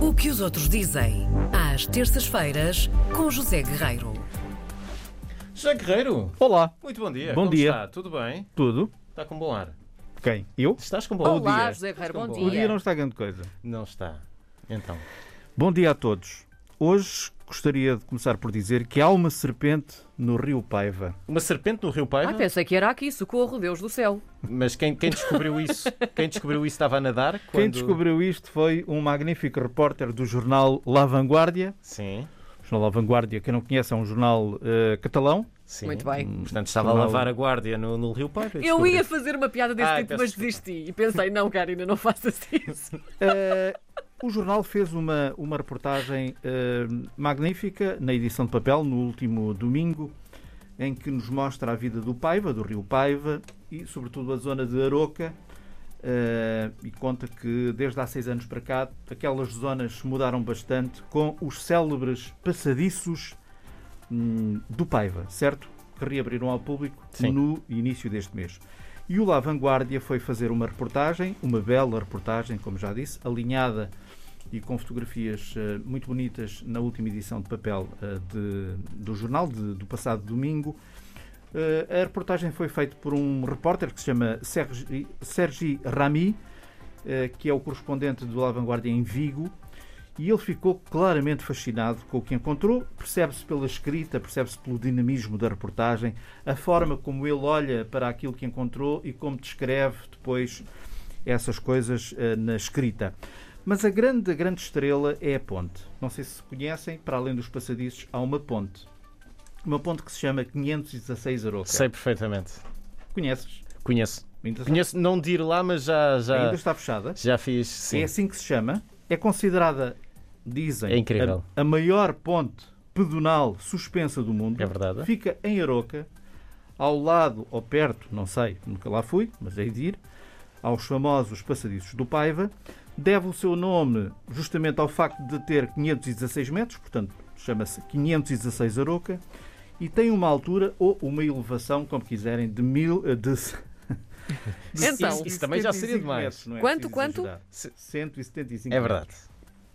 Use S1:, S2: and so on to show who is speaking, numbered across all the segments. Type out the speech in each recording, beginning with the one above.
S1: O que os outros dizem, às terças-feiras, com José Guerreiro.
S2: José Guerreiro,
S3: Olá,
S2: muito bom dia.
S3: Bom
S2: Como
S3: dia.
S2: Está? Tudo bem?
S3: tudo?
S2: Está com bom ar?
S3: Quem? Eu?
S2: Estás com bom
S1: Olá,
S2: ar?
S1: José Guerreiro, bom
S2: Estás com
S1: dia.
S3: O dia não está grande coisa.
S2: Não está. Então,
S3: Bom dia a todos. Hoje gostaria de começar por dizer que há uma serpente no rio Paiva.
S2: uma serpente no Rio Paiva?
S1: Ah, pensei que era aqui, socorro, Deus do céu.
S2: Mas quem, quem descobriu isso? Quem descobriu isso estava a nadar? Quando...
S3: Quem descobriu isto foi um magnífico repórter do jornal La Vanguardia.
S2: Sim,
S3: O jornal La Vanguardia, quem não conhece, é um jornal eh, catalão.
S2: sim. Hum,
S1: Muito bem.
S2: Portanto, estava a
S3: Jornal-
S2: lavar a guardia no, no Rio Paiva. e
S1: Eu
S2: descobriu.
S1: ia fazer uma piada desse
S2: Ai,
S1: tipo,
S2: peço
S1: mas desisti. E pensei, não, Karina, não faças isso.
S3: Eh, o jornal fez uma, uma reportagem eh, magnífica na edição de papel, no último domingo, em que nos mostra a vida do Paiva, do rio Paiva e, sobretudo, a zona de Aroca. eh, e conta que desde há seis anos para cá aquelas zonas se mudaram bastante com os célebres passadiços hum, do Paiva, certo? Que reabriram ao público
S2: Sim.
S3: no início deste mês. E o La Vanguardia foi fazer uma reportagem, uma bela reportagem, como já disse, alinhada e com fotografias eh, muito bonitas na última edição de papel eh, de- do jornal de- do passado domingo. Eh, a reportagem foi feita por um repórter que se chama Sergi, Sergi Rami, eh, que é o correspondente do La Vanguardia em Vigo, e ele ficou claramente fascinado com o que encontrou. Percebe-se pela escrita, percebe-se pelo dinamismo da reportagem, a forma como ele olha para aquilo que encontrou e como descreve depois essas coisas eh, na escrita. Mas a grande, a grande estrela é a ponte. Não sei se conhecem, para além dos passadiços, há uma ponte. Uma ponte que se chama 516 Aroca.
S2: Sei perfeitamente.
S3: Conheces?
S2: Conheço.
S3: Ainda,
S2: Conheço, não de ir lá, mas já, já,
S3: ainda está fechada.
S2: já fiz. Sim.
S3: É assim que se chama. É considerada, dizem,
S2: É incrível.
S3: A, a maior ponte pedonal suspensa do mundo.
S2: É verdade.
S3: Fica em Aroca, ao lado ou perto, não sei, nunca lá fui, mas hei de ir, aos famosos passadiços do Paiva. Deve o seu nome justamente ao facto de ter 516 metros, portanto chama-se 516 Aroca, e tem uma altura ou uma elevação, como quiserem, de mil. eh, De, de
S1: Então.
S2: Isso- isso também já seria
S3: 75
S2: demais.
S3: metros, não é
S1: Quanto,
S3: preciso
S1: quanto?
S3: exagerar.
S2: Se-
S3: 175
S2: É verdade.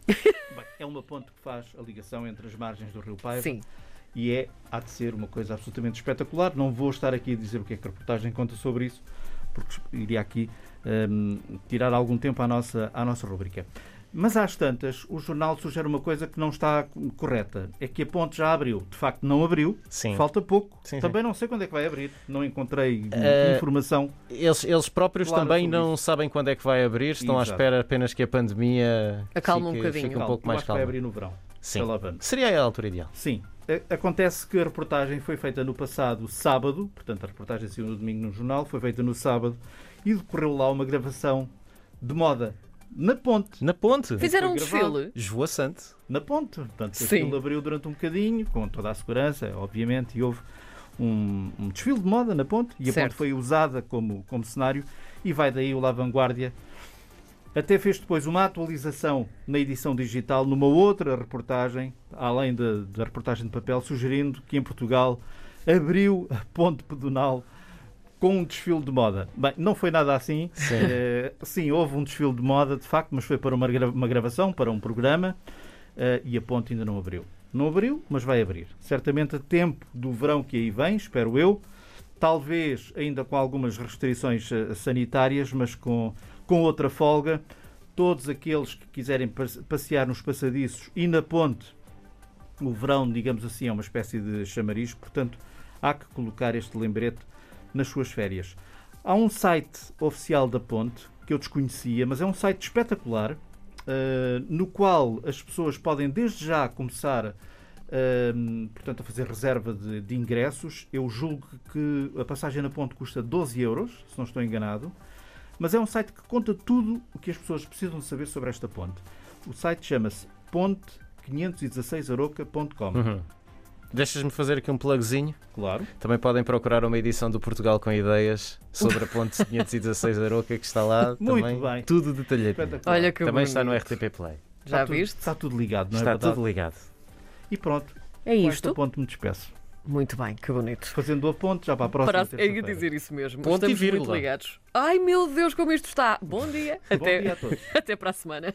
S3: Bem, é uma ponte que faz a ligação entre as margens do Rio Paiva
S1: Sim.
S3: e é, há de ser, uma coisa absolutamente espetacular. Não vou estar aqui a dizer o que é que a reportagem conta sobre isso, porque iria aqui hum, tirar algum tempo à nossa, à nossa rubrica. Mas às tantas, o jornal sugere uma coisa que não está correta. É que a ponte já abriu. De facto, não abriu.
S2: Sim.
S3: Falta pouco.
S2: Sim, sim.
S3: Também não sei quando é que vai abrir. Não encontrei hum,
S2: Eh,
S3: informação.
S2: Eles, eles próprios
S3: Claro,
S2: também
S3: sobre
S2: não sabem quando é que vai abrir, estão à
S3: Exato.
S2: espera apenas que a pandemia
S1: Acalme um
S2: fique,
S1: bocadinho.
S2: fique um
S3: Calma,
S2: pouco
S3: eu
S2: mais
S3: acho que vai
S2: calma.
S3: abrir no verão.
S2: Sim.
S3: Sei lá, vamos.
S2: Seria a altura ideal.
S3: Sim. A- Acontece que a reportagem foi feita no passado sábado, portanto a reportagem saiu no domingo no jornal, foi feita no sábado e decorreu lá uma gravação de moda na ponte.
S2: Na ponte.
S1: Fizeram um
S3: Foi gravado.
S1: desfile.
S2: Joaçante.
S3: Na ponte. Portanto,
S1: Sim.
S3: aquilo abriu durante um bocadinho, com toda a segurança, obviamente, e houve um, um desfile de moda na ponte e a
S1: Certo.
S3: ponte foi usada como, como cenário e vai daí o La Vanguardia. Até fez depois uma atualização na edição digital, numa outra reportagem, além da, da reportagem de papel, sugerindo que em Portugal abriu a ponte pedonal com um desfile de moda. Bem, não foi nada assim.
S2: Sim.
S3: Eh, sim, houve um desfile de moda, de facto, mas foi para uma, gra- uma gravação, para um programa, eh, e a ponte ainda não abriu. Não abriu, mas vai abrir. Certamente a tempo do verão que aí vem, espero eu. Talvez ainda com algumas restrições eh, sanitárias, mas com, com outra folga. Todos aqueles que quiserem passe- passear nos passadiços e na ponte, o verão, digamos assim, é uma espécie de chamariz, portanto, há que colocar este lembrete nas suas férias. Há um site oficial da Ponte que eu desconhecia, mas é um site espetacular eh, no qual as pessoas podem desde já começar ehm, portanto, a fazer reserva de, de ingressos. Eu julgo que a passagem na Ponte custa 12 euros, se não estou enganado. Mas é um site que conta tudo o que as pessoas precisam de saber sobre esta ponte. O site chama-se ponte516aroca.com.
S2: Uhum. Deixas-me fazer aqui um plugzinho.
S3: Claro.
S2: Também podem procurar uma edição do Portugal com ideias sobre a ponte 516 Aroca que está lá.
S3: Muito
S2: também,
S3: bem.
S2: Tudo detalhadinho.
S3: Espetacular.
S1: Olha que
S2: Também
S1: bonito.
S2: está é? no RTP Play.
S1: Já
S3: está Tudo,
S1: viste?
S3: está tudo ligado, não é
S2: está
S3: verdade?
S2: tudo ligado.
S3: E pronto,
S1: É
S3: com esta
S1: isto?
S3: ponte me despeço.
S1: Muito bem, que bonito.
S3: Fazendo a ponte, já para a próxima.
S1: Para, eu ia
S3: terça-feira.
S1: dizer isso mesmo.
S2: Ponto e
S1: Estamos muito
S2: vírgula.
S1: ligados. Ai meu Deus, como isto está! Bom dia!
S3: Um Bom
S1: até,
S3: dia a todos.
S1: até para a semana.